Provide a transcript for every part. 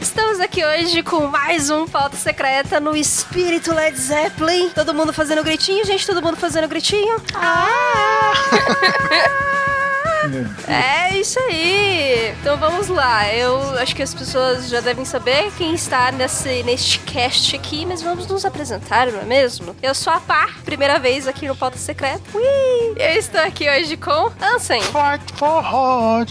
Estamos aqui hoje com mais um Pauta Secreta no espírito Led Zeppelin. Todo mundo fazendo gritinho, gente, todo mundo fazendo gritinho. É isso aí! Então vamos lá. Eu acho que as pessoas já devem saber quem está nesse, neste cast aqui, mas vamos nos apresentar, não é mesmo? Eu sou a Pá, primeira vez aqui no Pauta Secreta. Ui! Eu estou aqui hoje com Ansem. Fight for hard.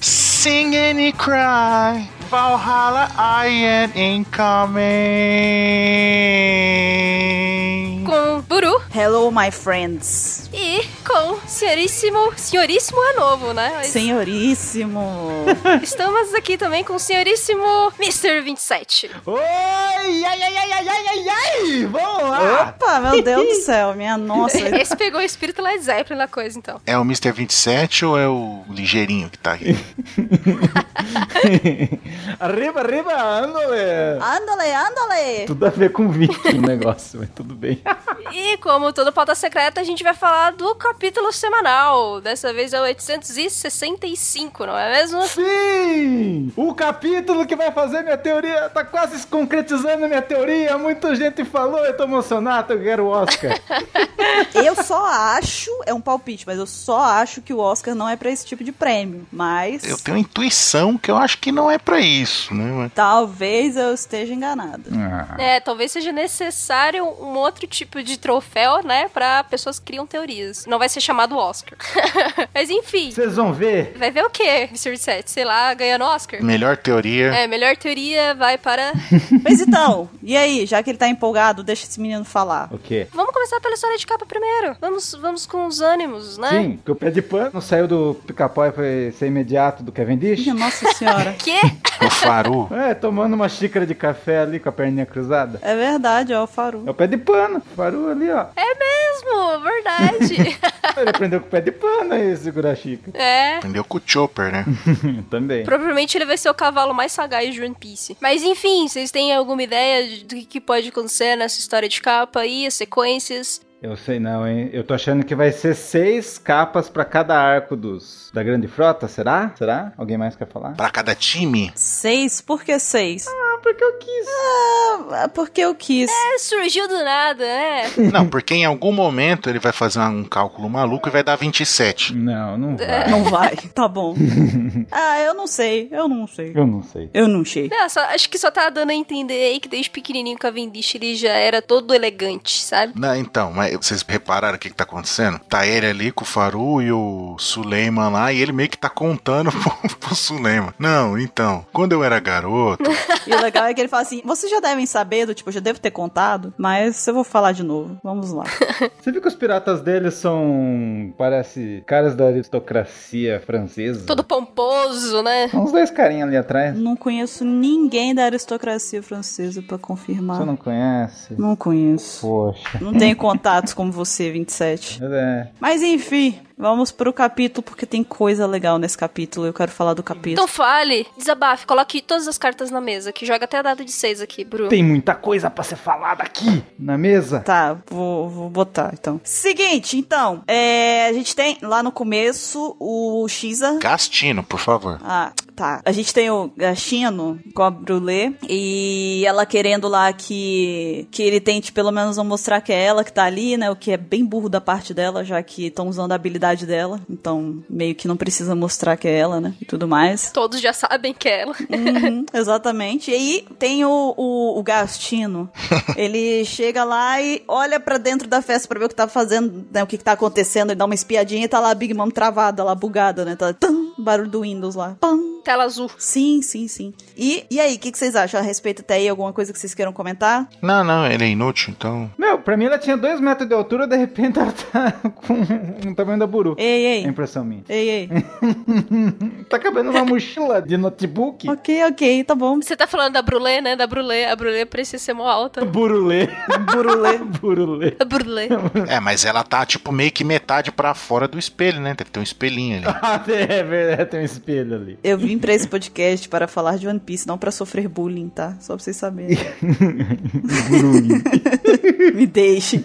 Sing and cry. Valhalla, I am incoming. Com Buru Hello, my friends. e com Senhoríssimo. Senhoríssimo é novo, né? Mas Senhoríssimo. Estamos aqui também com o Senhoríssimo Mr. 27. Oi, ai, ai, ai, ai, ai, ai, ai. Vamos lá. Opa, meu Deus do céu, minha nossa. Ah. Esse pegou o espírito Led Zeppelin na coisa, então. É o Mr. 27 ou é o ligeirinho que tá aqui? Arriba, arriba, andole! Andale, andale. Tudo a ver com Vicky o negócio, mas tudo bem. E como todo pauta secreta, a gente vai falar do capítulo semanal. Dessa vez é o 865, não é mesmo? Sim! O capítulo que vai fazer minha teoria tá quase se concretizando minha teoria. Muita gente falou, eu tô emocionado, eu quero o Oscar. Eu só acho, é um palpite, mas eu só acho que o Oscar não é pra esse tipo de prêmio. Mas Eu tenho uma intuição que eu acho que não é pra isso, né? Mas- talvez eu esteja enganada. Ah. É, talvez seja necessário um outro tipo de troféu, né? Pra pessoas que criam teorias. Não vai ser chamado Oscar. Mas enfim, Vocês vão ver. vai ver o quê, Mr. 7? Sei lá, ganhando Oscar? Melhor teoria. É, melhor teoria vai para. Mas então, e aí, já que ele tá empolgado, deixa esse menino falar. O quê? Vamos começar pela história de capa primeiro. Vamos, vamos com os ânimos, né? Sim, que o pé de pano saiu do pica-pau e foi ser imediato do Cavendish. Minha nossa senhora. Quê? O Faru. É, tomando uma xícara de café ali com a perninha cruzada. É verdade, ó, o Faru. É o pé de pano, parou ali, ó. É mesmo, verdade. Ele aprendeu com o pé de pano aí segurar a xícara. é. Aprendeu com o Chopper, né? Também. Provavelmente ele vai ser o cavalo mais sagaz de One Piece. Mas enfim, vocês têm alguma ideia de- do que que pode acontecer nessa história de capa aí, as sequências? Eu sei não, hein? Eu tô achando que vai ser seis capas pra cada arco dos da Grande Frota, será? Será? Alguém mais quer falar? Pra cada time. Seis? Por que seis? Ah, porque eu quis. Ah, porque eu quis. É, surgiu do nada, né? Não, porque em algum momento ele vai fazer um cálculo maluco e vai dar 27. Não, não vai. Não vai. Tá bom. Ah, eu não sei. Eu não sei. Eu não sei. Eu não sei. Não, só- acho que só tá dando a entender aí que desde pequenininho o Cavendish ele já era todo elegante, sabe? Não, então, mas vocês repararam o que, que tá acontecendo? Tá ele ali com o Faru e o Suleiman lá, e ele meio que tá contando pro, pro Suleiman. Não, então, quando eu era garoto, E o legal é que ele fala assim: vocês já devem saber, do tipo, eu já devo ter contado, mas eu vou falar de novo. Vamos lá. Você viu que os piratas dele são. parece caras da aristocracia francesa? Todo pomposo, né? São uns dois carinhos ali atrás. não conheço ninguém da aristocracia francesa pra Você confirmar. não conhece? Não conheço. Poxa. Não tenho contatos como você, 27. Mas é. Mas enfim, vamos pro capítulo, porque tem coisa legal nesse capítulo. Eu quero falar do capítulo. Então fale, desabafe, coloque todas as cartas na mesa, que joga até a dado de 6 aqui, Bru. Tem muita coisa pra ser falada aqui na mesa. Tá, vou, vou botar então. Seguinte, então, é, a gente tem lá no começo o Xisa Gastino, por favor. Ah, tá. A gente tem o Gachino com a Brulé e ela querendo lá que que ele tente pelo menos não mostrar que é ela que tá ali, né? O que é bem burro da parte dela, já que estão usando a habilidade dela. Então, meio que não precisa mostrar que é ela, né? E tudo mais. Todos já sabem que é ela. Uhum, exatamente. E aí tem o, o, o Gastino. Ele chega lá e olha pra dentro da festa pra ver o que tá fazendo, né? O que, que tá acontecendo. Ele dá uma espiadinha e tá lá a Big Mom travada, lá bugada, né? Tá tam, barulho do Windows lá. Pam. Tela azul. Sim, sim, sim. E, e aí, o que, que vocês acham a respeito até aí? Alguma coisa que vocês queiram comentar? Não, não, ele é inútil, então. Meu, pra mim ela tinha dois metros de altura, de repente ela tá com um tamanho da buru. Ei, É ei. impressão minha. Ei, ei. Tá cabendo uma mochila de notebook? ok, ok, tá bom. Você tá falando da Brulé, né? Da Brulé. A Brulé precisa ser mó alta. Burulê. Burulê. Burulê. A Brulé. É, mas ela tá tipo meio que metade pra fora do espelho, né? Deve ter um espelhinho ali. Ah, é verdade, tem um espelho ali. Eu vim pra esse podcast para falar de One Piece, não pra sofrer bullying, tá? Só pra vocês saberem. Burulê. Me deixe.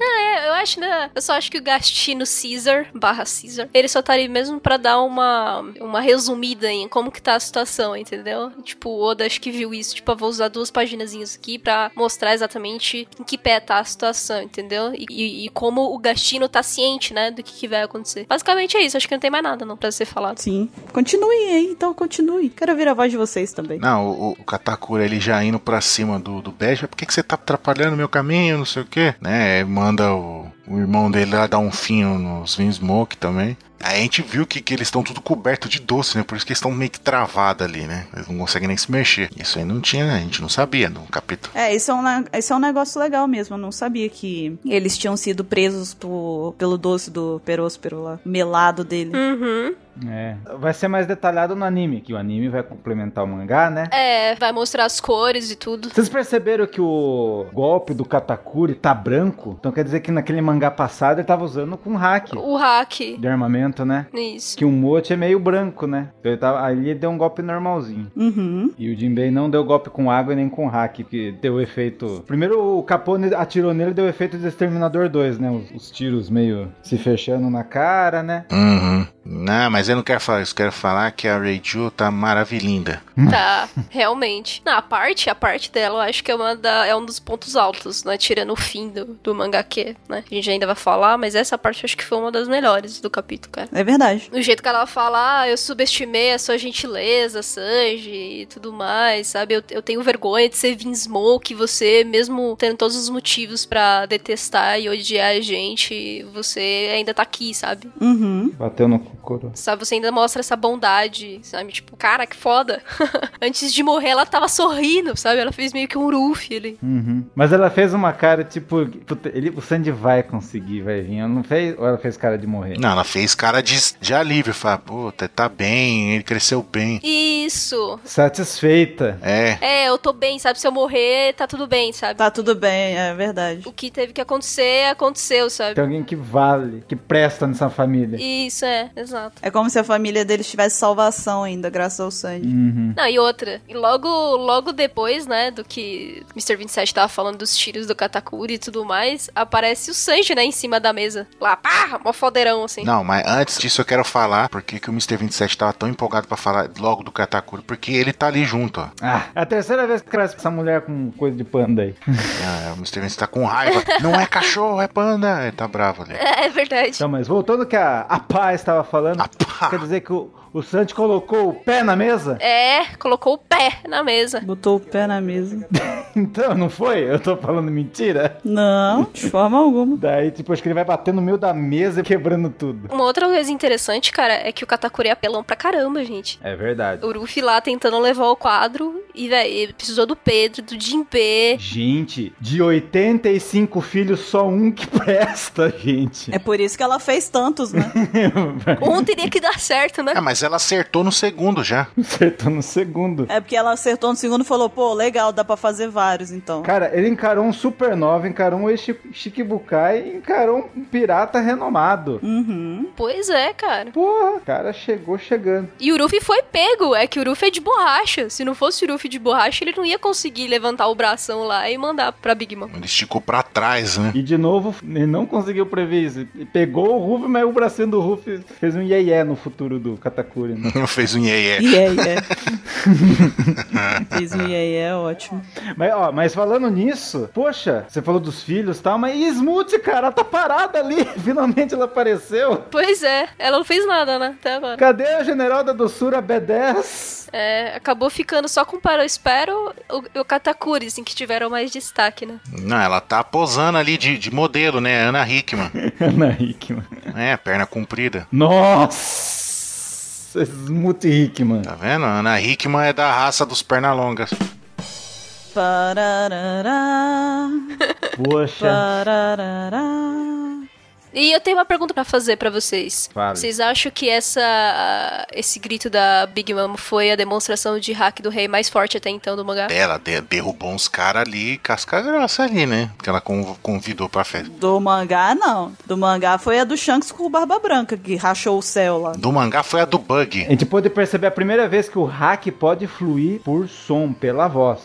É, eu acho, né? Eu só acho que o Gastino Caesar, barra Caesar, ele só tá ali mesmo pra dar uma, uma resumida em como que tá a situação, entendeu? Tipo, o Oda acho que viu isso, tipo, eu vou usar duas paginazinhas aqui pra mostrar exatamente em que pé tá a situação, entendeu? E, e- e como o Gastino tá ciente, né, do que, que vai acontecer. Basicamente é isso, acho que não tem mais nada não pra ser falado. Sim. Continue, hein? Então continue. Quero ouvir a voz de vocês também. Não, o, o Katakura ele já indo pra cima do, do Beja, por que, que você tá atrapalhando meu caminho, não sei o quê? Né? aí Manda o, o irmão dele lá dar um finho nos Smoke também. Aí a gente viu que, que eles estão tudo coberto de doce, né? Por isso que eles estão meio que travados ali, né? Eles não conseguem nem se mexer. Isso aí não tinha, a gente não sabia no capítulo. É, isso é, um, ne- isso é um negócio legal mesmo. Eu não sabia que eles tinham sido presos por- pelo doce do peróspero lá, melado dele. Uhum. É. Vai ser mais detalhado no anime, que o anime vai complementar o mangá, né? É, vai mostrar as cores e tudo. Vocês perceberam que o golpe do Katakuri tá branco? Então quer dizer que naquele mangá passado ele tava usando com hack O hack. de armamento, né? Isso. Que o Mochi é meio branco, né? Então ele tava, ali ele deu um golpe normalzinho. Uhum. E o Jinbei não deu golpe com água e nem com hack, que deu efeito. Primeiro o Capone atirou nele e deu efeito de Exterminador 2, né? Os, os tiros meio se fechando na cara, né? Uhum. Não, mas eu não quero falar isso. Quero falar que a Reiju tá maravilhinda. Tá, realmente. Na parte, a parte dela, eu acho que é, uma da, é um dos pontos altos, né? Tirando o fim do, do mangakê, né? A gente ainda vai falar, mas essa parte eu acho que foi uma das melhores do capítulo, cara. É verdade. Do jeito que ela fala, ah, eu subestimei a sua gentileza, Sanji, e tudo mais, sabe? Eu, eu tenho vergonha de ser Vinsmoke, e você, mesmo tendo todos os motivos pra detestar e odiar a gente, você ainda tá aqui, sabe? Uhum. Bateu no Kokoro. Sabe, você ainda mostra essa bondade, sabe? Tipo, cara, que foda. Antes de morrer, ela tava sorrindo, sabe? Ela fez meio que um roof ali. Uhum. Mas ela fez uma cara tipo. puta, ele, o Sandy vai conseguir, vai vir. Ela não fez, ou ela fez cara de morrer? Não, ela fez cara de, de alívio. Fala, puta, tá bem, ele cresceu bem. Isso. Satisfeita. É, É, eu tô bem, sabe? Se eu morrer, tá tudo bem, sabe? Tá tudo bem, é verdade. O que teve que acontecer, aconteceu, sabe? Tem alguém que vale, que presta nessa família. Isso, é, exato. É como se a família deles tivesse salvação ainda, graças ao sangue. Uhum. Não, e outra. E logo, logo depois, né, do que Mr. 27 tava falando dos tiros do Katakuri e tudo mais, aparece o Sanji, né, em cima da mesa. Lá, pá, mó fodeirão, assim. Não, mas antes disso eu quero falar porque que o Mr. 27 tava tão empolgado pra falar logo do Katakuri, porque ele tá ali junto, ó. Ah, é a terceira vez que cresce com essa mulher com coisa de panda aí. Ah, o Mr. 27 tá com raiva. Não é cachorro, é panda. Ele tá bravo ali. É, é verdade. Então, mas voltando ao que a, a Pá estava falando, Ah, pá. quer dizer que o, o Sandy colocou o pé na mesa? É, colocou o pé na mesa. Botou o pé na mesa. Então, não foi? Eu tô falando mentira? Não, de forma alguma. Daí, tipo, acho que ele vai bater no meio da mesa e quebrando tudo. Uma outra coisa interessante, cara, é que o Katakuri é apelão pra caramba, gente. É verdade. O Ruffy lá tentando levar o quadro e, velho, ele precisou do Pedro, do Jinbe. Gente, de 85 filhos, só um que presta, gente. É por isso que ela fez tantos, né? É. Um teria que dar certo, né? Ah, mas ela acertou no segundo já. Acertou no segundo. É porque ela acertou no segundo e falou, pô, legal, dá pra fazer vários, então. Cara, ele encarou um supernova, encarou um Eshi- Shikibukai e encarou um pirata renomado. Uhum. Pois é, cara. Porra, o cara chegou chegando. E o Ruffy foi pego, é que o Ruffy é de borracha. Se não fosse o Ruffy de borracha, ele não ia conseguir levantar o bração lá e mandar pra Big Mom. Ele esticou pra trás, né? E de novo, ele não conseguiu prever isso. Ele pegou o Ruff, mas o bracinho do Ruff fez um iê no futuro do Katakuri. Né? Fez um iê E aí, é. Fiz um e aí, é ótimo. mas, ó, mas falando nisso, poxa, você falou dos filhos e tal, mas e Smooth, cara, Ela tá parada ali. Finalmente ela apareceu. Pois é, ela não fez nada, né? Até agora. Cadê a General da Doçura B10? É, acabou ficando só com o Paro Espero e o Katakuri, assim, que tiveram mais destaque, né? Não, ela tá posando ali de, de modelo, né? Ana Hickman. Ana Hickman. É, perna comprida. Nossa! Smooth Hickman. Tá vendo? Ana Hickman é da raça dos pernalongas. Pararará, Poxa. pararará. E eu tenho uma pergunta pra fazer pra vocês. Fale. Vocês acham que essa esse grito da Big Mom foi a demonstração de hack do rei mais forte até então do mangá? Ela de- derrubou uns caras ali, casca grossa ali, né? Que ela con- convidou pra festa. Do mangá, não. Do mangá foi a do Shanks com o Barba Branca, que rachou o céu lá. Do mangá foi a do Bug. A gente pôde Uhum. perceber a primeira vez que o hack pode fluir por som, pela voz.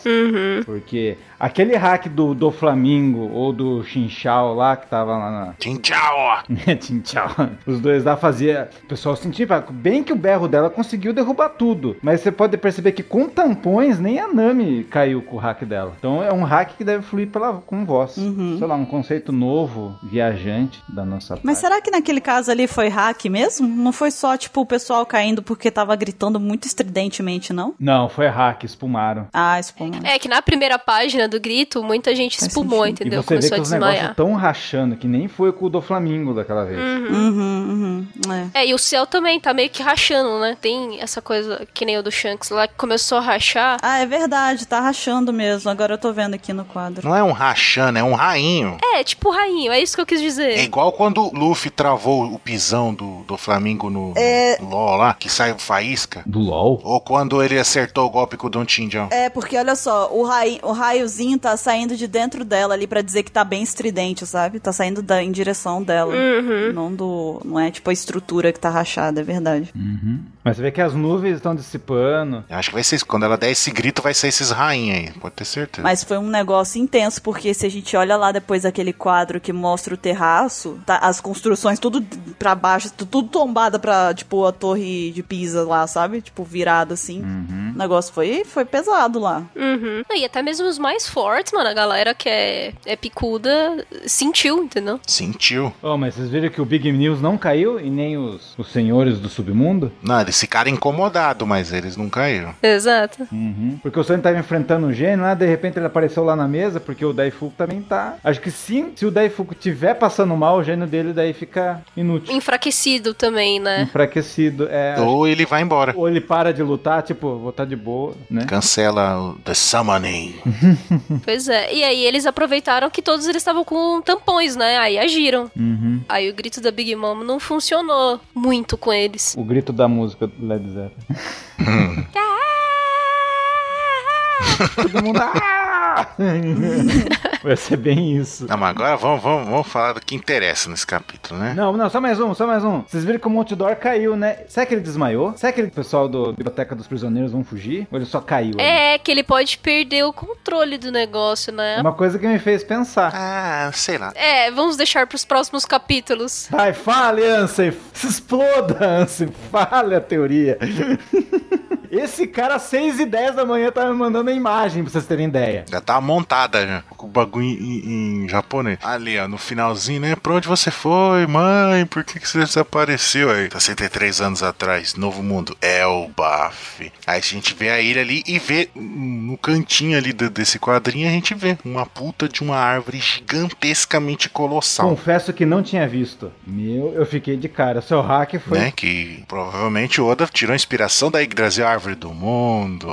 Porque Aquele hack do, do Flamingo ou do Chinchal lá, que tava lá na, Tchau! Tchau. Os dois lá fazia o pessoal sentir, pá, bem que o berro dela conseguiu derrubar tudo, mas você pode perceber que com tampões nem a Nami caiu com o hack dela. Então é um hack que deve fluir pela com voz. Uhum. Sei lá, um conceito novo, viajante da nossa Mas parte. será que naquele caso ali foi hack mesmo? Não foi só, tipo, o pessoal caindo porque tava gritando muito estridentemente, não? Não, foi hack, espumaram. Ah, isso pô, mano. É que na primeira página do grito, muita gente Faz espumou, sentido. entendeu? e você vê Começou que a os negócios desmaiar. tão rachando que nem foi com o do Flamingo daquela vez. Uhum, uhum. É. É, e o céu também tá meio que rachando, né? Tem essa coisa que nem o do Shanks lá que começou a rachar. Ah, é verdade, tá rachando mesmo. Agora eu tô vendo aqui no quadro. Não é um rachando, é um rainho. É, tipo o rainho, é isso que eu quis É dizer. igual quando o Luffy travou o pisão do, do Flamengo no, no LOL lá, que saiu faísca. Do LOL? Ou quando ele acertou o golpe com o Don Tindião. É, porque olha só, o, rai- o raiozinho tá saindo de dentro dela ali pra dizer que tá bem estridente, sabe? Tá saindo da- em direção dela. Uhum. Não do. Não é tipo a estrutura que tá rachada, é verdade. Mas você vê que as nuvens estão dissipando. Eu acho que vai ser isso. Quando ela der esse grito, vai ser esses rainha aí. Pode ter certeza. Mas foi um negócio intenso, porque se a gente olha lá depois aquele quadro que mostra o terraço, tá- as construções tudo pra baixo, tu- tudo tombada pra, tipo, a torre de Pisa lá, sabe? Tipo, virada assim. O negócio foi, foi pesado lá. Uhum. Não, E até mesmo os mais fortes, mano, a galera que é, é picuda sentiu, entendeu? Sentiu. Oh, mas vocês viram que o Big News não caiu e nem os, os senhores do submundo? Não, eles ficaram incomodados, mas eles não caíram. Exato. Porque o Sanji tava enfrentando o gênio lá, de repente ele apareceu lá na mesa, porque o Daifuku também tá. Acho que sim, se o Daifuku tiver passando mal, o gênio dele daí fica inútil. Enfraquecido também, né? Enfraquecido. É, acho- Ou ele vai embora. ou ele para de lutar, tipo, vou tá de boa, né? Cancela o The Summoning. pois é. E aí eles aproveitaram que todos eles estavam com tampões, né? Aí agiram. Uhum. Aí o grito da Big Mom não funcionou muito com eles. O grito da música do Led Zeppelin. Todo mundo. "Ah!" Vai ser bem isso. Não, mas agora vamos, vamos, vamos falar do que interessa nesse capítulo, né? Não, não, só mais um, só mais um. Vocês viram que o Montidor caiu, né? Será que ele desmaiou? Será que o pessoal do Biblioteca dos Prisioneiros vão fugir? Ou ele só caiu? ali? É, que ele pode perder o controle do negócio, né? Uma coisa que me fez pensar. Ah, sei lá. É, vamos deixar pros próximos capítulos. Vai, fale, Ansem! Se exploda, Ansem! Fale a teoria! Esse cara, às 6 e 10 da manhã, tava me mandando a imagem pra vocês terem ideia. Já tava montada já, com o bagulho em, em- em japonês. Ali, ó, no finalzinho, né? Pra onde você foi, mãe? Por que, que você desapareceu aí? 63 anos atrás, novo mundo, Elbaf. Aí a gente vê a ilha ali e vê hum, no cantinho ali do- desse quadrinho, a gente vê uma puta de uma árvore gigantescamente colossal. Confesso que não tinha visto. Meu, eu fiquei de cara. Seu hack foi. Né? Que provavelmente o Oda tirou a inspiração da Yggdrasil, a árvore do mundo,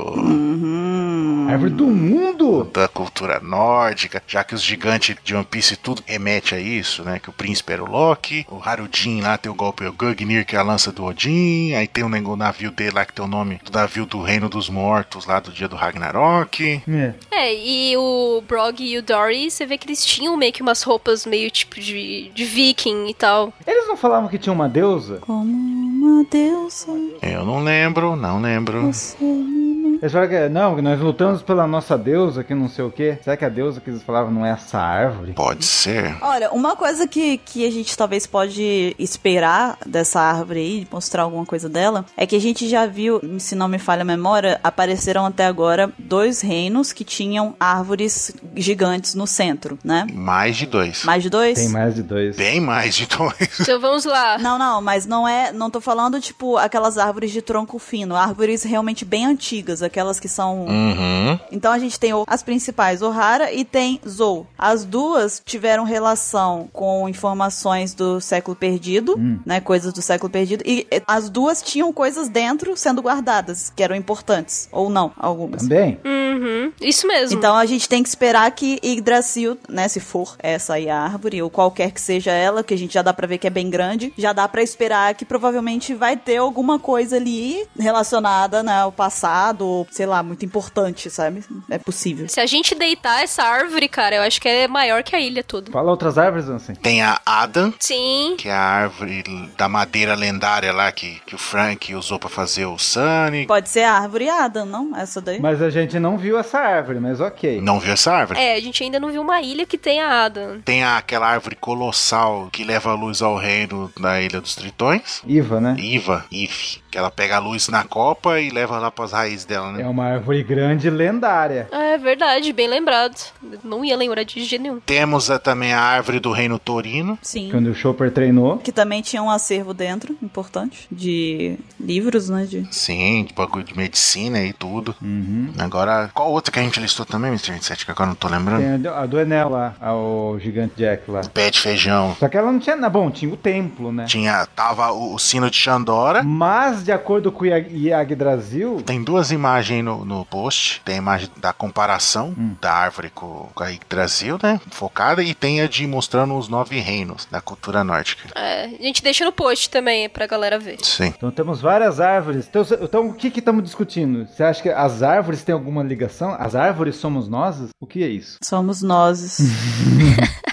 Árvore do mundo! da cultura nórdica, já que os gigantes de One Piece tudo remete a isso, né? Que o príncipe era o Loki, o Harudin lá tem o golpe o Gugnir, que é a lança do Odin, aí tem o nego- o navio dele lá que tem o nome do navio do Reino dos Mortos lá do dia do Ragnarok. É. É, e o Brog e o Dory, você vê que eles tinham meio que umas roupas meio tipo de, de viking e tal. Eles não falavam que tinha uma deusa? Como uma deusa, Eu não lembro, não lembro. você me- Eles falaram que não, que nós lutamos pela nossa deusa, que não sei o quê. Será que a deusa que eles falavam não é essa árvore? Pode ser. Olha, uma coisa que, que a gente talvez pode esperar dessa árvore aí, mostrar alguma coisa dela, é que a gente já viu, se não me falha a memória, apareceram até agora dois reinos que tinham árvores gigantes no centro, né? Mais de dois. Mais de dois? Tem mais de dois. Bem mais de dois. Então vamos lá. Não, não, mas não é. Não tô falando, tipo, aquelas árvores de tronco fino. Árvores realmente bem antigas, aquelas que são. Uhum. Então a gente tem o- as principais, Ohara e tem Zou. As duas tiveram relação com informações do século perdido, né? Coisas do século perdido. E eh, as duas tinham coisas dentro sendo guardadas, que eram importantes. Ou não, algumas. Também? Uhum, isso mesmo. Então a gente tem que esperar que Yggdrasil, né, se for essa aí a árvore, ou qualquer que seja ela, que a gente já dá pra ver que é bem grande, já dá pra esperar que provavelmente vai ter alguma coisa ali relacionada, né, ao passado, ou muito, sei lá, muito importante, sabe? É possível. Se a gente deitar essa árvore, cara, eu acho que é maior que a ilha toda. Fala outras árvores, Ansem. Tem a Adam, Sim. que é a árvore da madeira lendária lá que, que o Frank usou pra fazer o Sunny. Pode ser a árvore Adam, não? Essa daí? Mas a gente não viu essa árvore, mas ok. Não viu essa árvore? É, a gente ainda não viu uma ilha que tenha Adam. Tem a- aquela árvore colossal que leva a luz ao reino da Ilha dos Tritões. Iva, né? Iva, Eve, que ela pega a luz na copa e leva lá pras raízes dela, né? É uma árvore grande e lendária. É verdade, bem lembrado. Não ia lembrar de jeito nenhum. Temos a- também a árvore do reino Torino. Sim. Quando o Chopper treinou. Que também tinha um acervo dentro, importante, de livros, né? De... Sim, de bagulho de medicina e tudo. Uhum. Agora, qual outra que a gente listou também, Mr. 27, que agora eu não tô lembrando? Tem a do- a do Enel lá, a- o gigante Jack lá. Pé de feijão. Só que ela não tinha nada. Bom, tinha o templo, né? Tinha, tava o, o sino de Xandora. Mas, de acordo com o Iag Brasil, Tem duas imagens aí no, no post. Tem a imagem da comparação da árvore com, com a Yggdrasil, né? Focada. E tem a de mostrando os nove reinos da cultura nórdica. É, a gente deixa no post também pra galera ver. Sim. Então temos várias árvores. Então, se- então, o que que estamos discutindo? Você acha que as árvores têm alguma ligação? As árvores somos nós? O que é isso? Somos nós.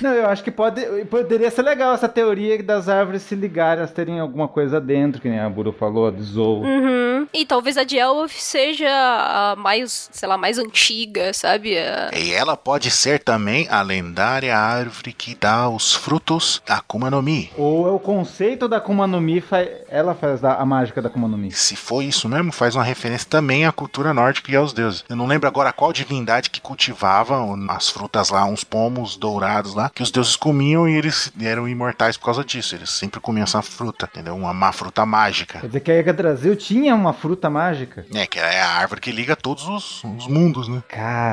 Não, eu acho que pode, poderia ser legal essa teoria das árvores se ligarem, elas terem alguma coisa dentro, que nem a Buru falou, a do Zou. Uhum. E talvez a de Elf seja a mais, sei lá, mais antiga, sabe? A- E ela pode ser também a lendária árvore que dá os frutos da Akuma no Mi. Ou é o conceito da Kuma no Mi, fa- ela faz a, a mágica da Kuma no Mi. Se for isso mesmo, faz uma referência também à cultura nórdica e aos deuses. Eu não lembro agora qual divindade que cultivava as frutas lá, uns pomos dourados lá, que os deuses comiam e eles eram imortais por causa disso. Eles sempre comiam essa fruta, entendeu? Uma má fruta mágica. Quer dizer que a Iag Brasil tinha uma fruta mágica? É, que é a árvore que liga todos os, os mundos, né?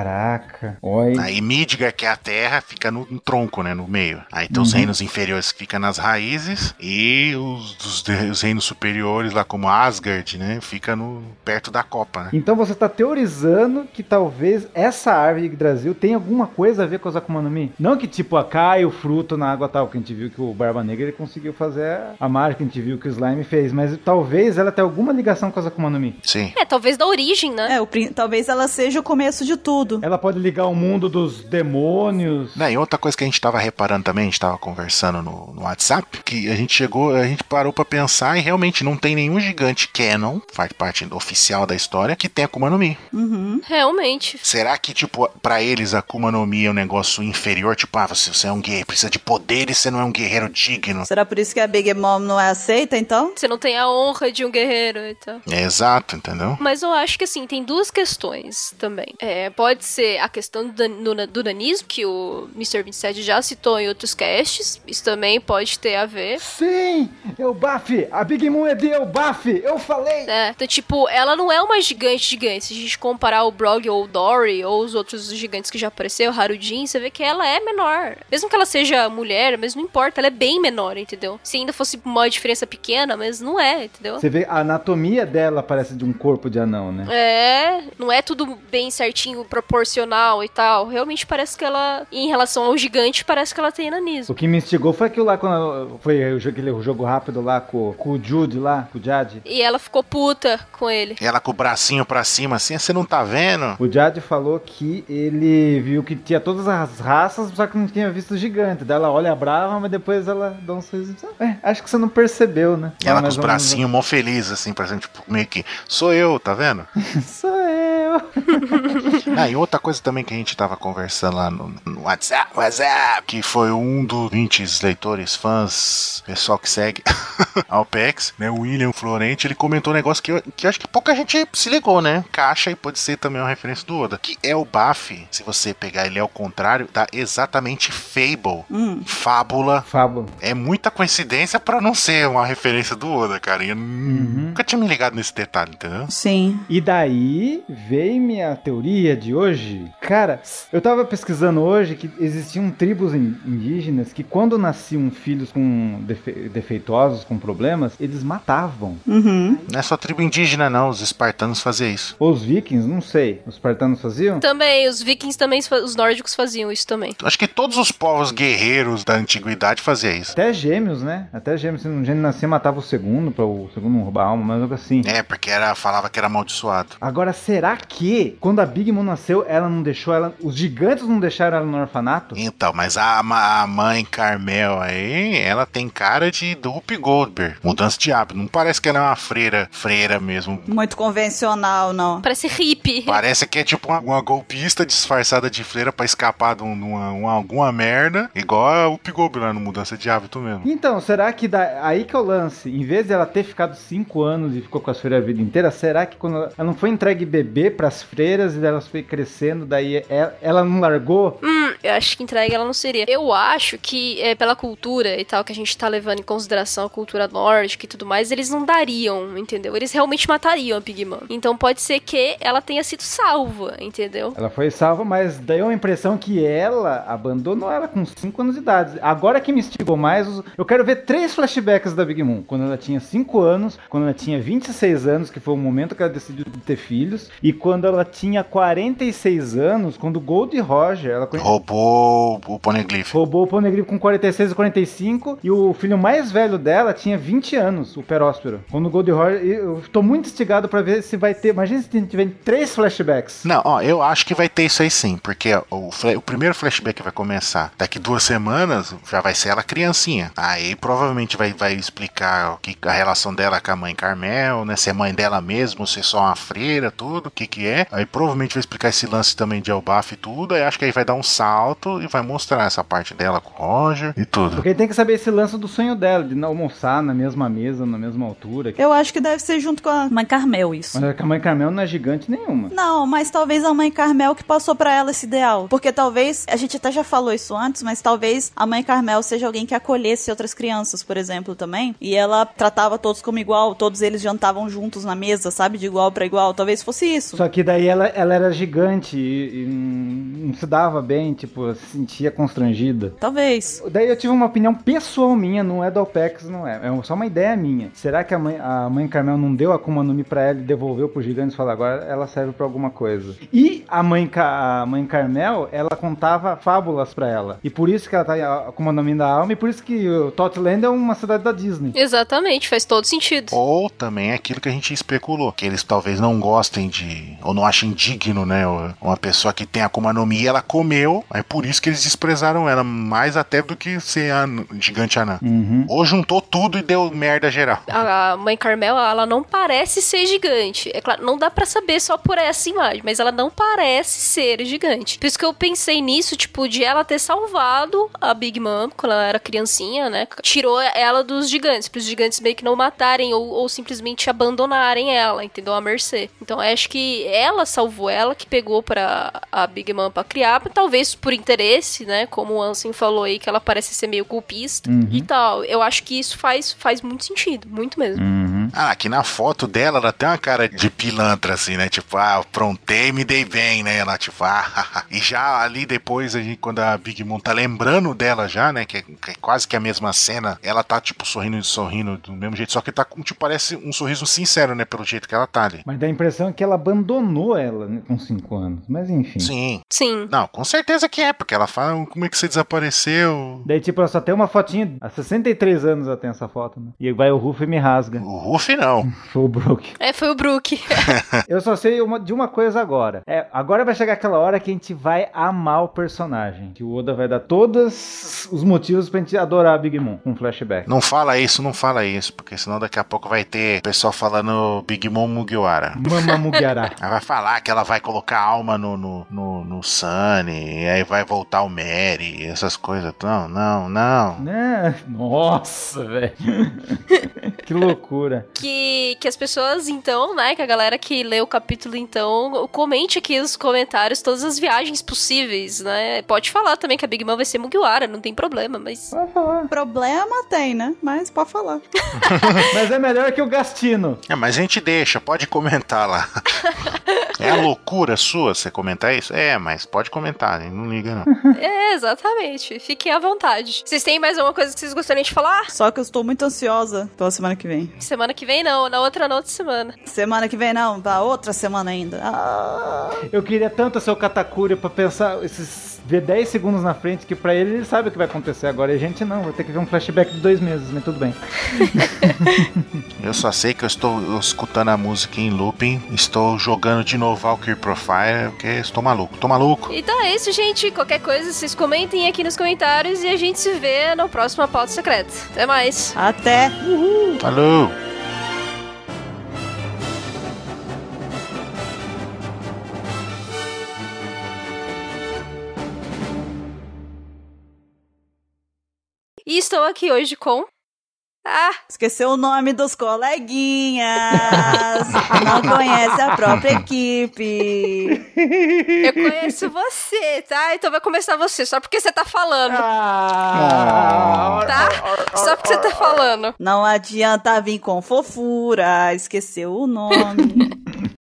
Caraca, olha. Aí Midgar, que é a terra, fica no, no tronco, né? No meio. Aí tem os Uhum. reinos inferiores que ficam nas raízes. E os, os de- os reinos superiores, lá como Asgard, né? Fica no, perto da copa, né? Então você tá teorizando que talvez essa árvore de Brasil tenha alguma coisa a ver com as Akuma no Mi? Não que tipo, a cai o fruto na água tal, que a gente viu que o Barba Negra ele conseguiu fazer a mágica, a gente viu que o Slime fez, mas talvez ela tenha alguma ligação com as Akuma no Mi. Sim. É, talvez da origem, né? É, o prin- talvez ela seja o começo de tudo. Ela pode ligar o mundo dos demônios. Né, e outra coisa que a gente tava reparando também, a gente tava conversando no, no WhatsApp, que a gente chegou, a gente parou pra pensar e realmente não tem nenhum gigante canon, faz parte do- oficial da história, que tem Akuma no Mi. Uhum. Realmente. Será que, tipo, pra eles a Kuma no Mi é um negócio inferior? Tipo, ah, você, você é um guerreiro, precisa de poderes, você não é um guerreiro digno. Será por isso que a Big Mom não é aceita, então? Você não tem a honra de um guerreiro e tal. É exato, entendeu? Mas eu acho que assim, tem duas questões também. É, pode ser a questão do, dan- do, na- do nanismo, que o Mr. 27 já citou em outros casts. Isso também pode ter a ver. Sim! É o Baf! A Big Moon é de eu, Baf! Eu falei! né? Então, tipo, ela não é uma gigante gigante. Se a gente comparar o Brog ou o Dory ou os outros gigantes que já apareceram, o Harudin, você vê que ela é menor. Mesmo que ela seja mulher, mas não importa, ela é bem menor, entendeu? Se ainda fosse uma diferença pequena, mas não é, entendeu? Você vê, a anatomia dela parece de um corpo de anão, né? É, não é tudo bem certinho, proporcional e tal. Realmente parece que ela, em relação ao gigante, parece que ela tem O nanismo. que me instigou foi aquilo lá quando foi o jogo, aquele jogo rápido lá com, com o Jude lá, com o Jade. E ela ficou puta com ele. Ela com o bracinho pra cima, assim, você não tá vendo? O Jade falou que ele viu que tinha todas as raças, só que não tinha visto o gigante. Daí ela olha brava, mas depois ela dá um sorriso. e diz, "Ah, é, acho que você não percebeu, né? Ela Ah, com mas os vamos- bracinhos mó feliz, assim, pra exemplo, tipo, meio que, sou eu, tá vendo? assim. Sou eu. Ah, e outra coisa também que a gente tava conversando lá no, no WhatsApp, WhatsApp, que foi um dos 20 leitores, fãs, pessoal que segue ao PEX, né? O William Florente, ele comentou um negócio que eu, que eu acho que pouca gente se ligou, né? Caixa e pode ser também uma referência do Oda. Que é o Baf, se você pegar ele ao contrário, dá exatamente Fable. Hum. Fábula. Fábula. É muita coincidência pra não ser uma referência do Oda, cara. E Eu nunca tinha me ligado nesse detalhe, entendeu? Sim. E daí veio minha teoria de hoje. Cara, eu tava pesquisando hoje que existiam tribos in- indígenas que quando nasciam filhos com defe- defeituosos, com problemas, eles matavam. Uhum. Não é só tribo indígena, não. Os espartanos faziam isso. Ou os vikings, não sei. Os espartanos faziam? Também, os vikings também, fa- os nórdicos faziam isso também. Acho que todos os povos guerreiros da antiguidade faziam isso. Até gêmeos, né? Até gêmeos. Se um gêmeo nascia, matava né? o segundo, pra o segundo não roubar a alma, mas algo assim. É, porque era, falava que era amaldiçoado. Agora, será que quando a Big Mom nasceu, ela não deixou ela. Os gigantes não deixaram ela no orfanato? Então, mas a, ma- a mãe Carmel aí, ela tem cara de do Whoopi Goldberg. Mudança de hábito. Não parece que ela é uma freira, freira mesmo. Muito convencional, não. Parece hippie. Parece que é tipo uma, uma golpista disfarçada de freira pra escapar de um- de uma, uma- alguma merda. Igual a Whoopi Goldberg lá no Mudança de Hábito mesmo. Então, será que da- aí que é o lance? Em vez de ela ter ficado 5 anos e ficou com as freiras a vida inteira, será que quando ela, ela não foi entregue bebê pras freiras e elas foi crescendo, daí ela, ela não largou? Hum, eu acho que entregue ela não seria. Eu acho que é, pela cultura e tal que a gente tá levando em consideração a cultura nórdica e tudo mais, eles não dariam, entendeu? Eles realmente matariam a Pigman. Então pode ser que ela tenha sido salva, entendeu? Ela foi salva, mas deu a impressão que ela abandonou ela com 5 anos de idade. Agora que me instigou mais, os- eu quero ver três flashbacks da Big Moon. Quando ela tinha 5 anos, quando ela tinha 26 anos, que foi o momento que ela decidiu ter filhos, e quando ela tinha 46 anos, quando o Gold Roger, ela conhe- Roubou o Poneglyph. Roubou o Poneglyph com 46 e 45 e o filho mais velho dela tinha 20 anos, o Peróspero. Quando o Gold Roger, eu tô muito instigado pra ver se vai ter, imagina se tiver três flashbacks. Não, ó, eu acho que vai ter isso aí sim, porque ó, o, fla- o primeiro flashback vai começar daqui duas semanas, já vai ser ela criancinha. Aí provavelmente vai, vai explicar o que a relação dela com a mãe Carmel, né? Se é mãe dela mesmo, se é só uma freira, tudo, o que que é. Aí provavelmente vai explicar esse lance também de Elbaf e tudo, aí acho que aí vai dar um salto e vai mostrar essa parte dela com o Roger e tudo. Porque tem que saber esse lance do sonho dela, de não almoçar na mesma mesa, na mesma altura. Eu acho que deve ser junto com a mãe Carmel isso. Mas é que a mãe Carmel não é gigante nenhuma. Não, mas talvez a mãe Carmel que passou pra ela esse ideal. Porque talvez, a gente até já falou isso antes, mas talvez a mãe Carmel seja alguém que acolhesse outras crianças, por exemplo, também. E ela tratava todos como igual, todos eles jantavam juntos na mesa, sabe? De igual pra igual. Talvez fosse isso. Só que daí ela, ela era gigante e, e não não se dava bem, tipo, se sentia constrangida. Talvez. Daí eu tive uma opinião pessoal minha, não é do Alpex, não é. É só uma ideia minha. Será que a mãe, a mãe Carmel não deu a Akuma no Mi pra ela e devolveu pro gigante e falou agora ela serve pra alguma coisa? E a mãe, Ca- a mãe Carmel, ela contava fábulas pra ela. E por isso que ela tá em a Akuma no Mi da alma e por isso que o Totland é uma cidade da Disney. Exatamente, faz todo sentido. Ou também aquilo que a gente especulou, que eles talvez não gostem de, ou não achem digno, né? ou- Uma pessoa que tem Akuma no Mi, ela comeu, é por isso que eles desprezaram ela, mais até do que ser a n- gigante anã. Uhum. Ou juntou tudo e deu merda geral. A mãe Carmel, ela não parece ser gigante. É claro, não dá pra saber só por essa imagem, mas ela não parece ser gigante. Por isso que eu pensei nisso, tipo, de ela ter salvado a Big Mom quando ela era criancinha, né? Tirou ela dos gigantes, pros gigantes meio que não matarem ou, ou simplesmente abandonarem ela, entendeu? A mercê. Então acho que ela salvou ela, que pegou pra a Big Mom pra criar, talvez por interesse, né? Como o Ansem falou aí, que ela parece ser meio culpista e tal. Então, Eu acho que isso faz, faz muito sentido, muito mesmo. Ah, que na foto dela, ela tem uma cara de pilantra, assim, né? Tipo, ah, aprontei e me dei bem, né? Ela, tipo, ah, e já ali depois, a gente, quando a Big Mom tá lembrando dela já, né? Que é, que é quase que a mesma cena, ela tá, tipo, sorrindo e sorrindo do mesmo jeito, só que tá com, tipo, parece um sorriso sincero, né? Pelo jeito que ela tá ali. Mas dá a impressão que ela abandonou ela né, com 5 anos. Mas enfim. Sim. Sim. Não, com certeza que é, porque ela fala, como é que você desapareceu? Daí, tipo, ela só tem uma fotinha. Há 63 anos ela tem essa foto, né? E vai o Rufo e me rasga. O Ruff não. Foi o Brook. É, foi o Brook. Eu só sei uma- de uma coisa agora. É, agora vai chegar aquela hora que a gente vai amar o personagem. Que o Oda vai dar todos os motivos pra gente adorar a Big Mom com um flashback. Não fala isso, não fala isso, porque senão daqui a pouco vai ter pessoal falando Big Mom Mugiwara. Mama Mugiará. Ela vai falar que ela vai colocar a alma no, no, no, no Sunny, e aí vai voltar o Mary, essas coisas. Não, não, não. né? Nossa, velho. que loucura. que, que as pessoas, então, né, que a galera que lê o capítulo, então, comente aqui nos comentários todas as viagens possíveis, né? Pode falar também que a Big Mom vai ser Mugiwara, não tem problema, mas... Vai falar. Um Problema tem, né? Mas pode falar. Mas é melhor que o Gastino. É, mas a gente deixa, pode comentar lá. É a loucura sua você comentar isso? É, mas pode comentar, hein? não liga não. É, exatamente. Fiquem à vontade. Vocês têm mais alguma coisa que vocês gostariam de falar? Só que eu estou muito ansiosa pela semana que vem. Semana que vem não, na outra, na outra semana. Semana que vem não, da outra semana ainda. Ah. Eu queria tanto ser o Katakuri pra pensar esses vê 10 segundos na frente, que pra ele ele sabe o que vai acontecer agora. E a gente não, vai ter que ver um flashback de dois meses, mas tudo bem. Eu só sei que eu estou escutando a música em looping, estou jogando de novo Valkyrie Profile, porque estou maluco, tô maluco. Então é isso, gente. Qualquer coisa, vocês comentem aqui nos comentários e a gente se vê na próxima pauta secreta. Até mais. Até. Falou! E estou aqui hoje com. Ah, Esqueceu o nome dos coleguinhas. Não conhece a própria equipe. eu conheço você, tá? Então vai começar você, só porque você tá falando, Ah, tá? Só porque você tá falando. Não adianta vir com fofura. Esqueceu o nome.